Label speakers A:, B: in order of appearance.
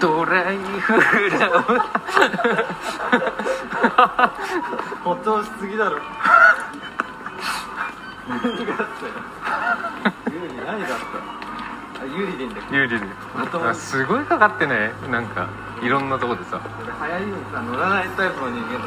A: ドライフラワ
B: 落としすぎだろ何があったよユリ何があったあユリでいいんだっけ
A: ーユリであすごいかかってねなんかいろんなとこでさ
B: 俺流行りにさ乗らないタイプの人間だ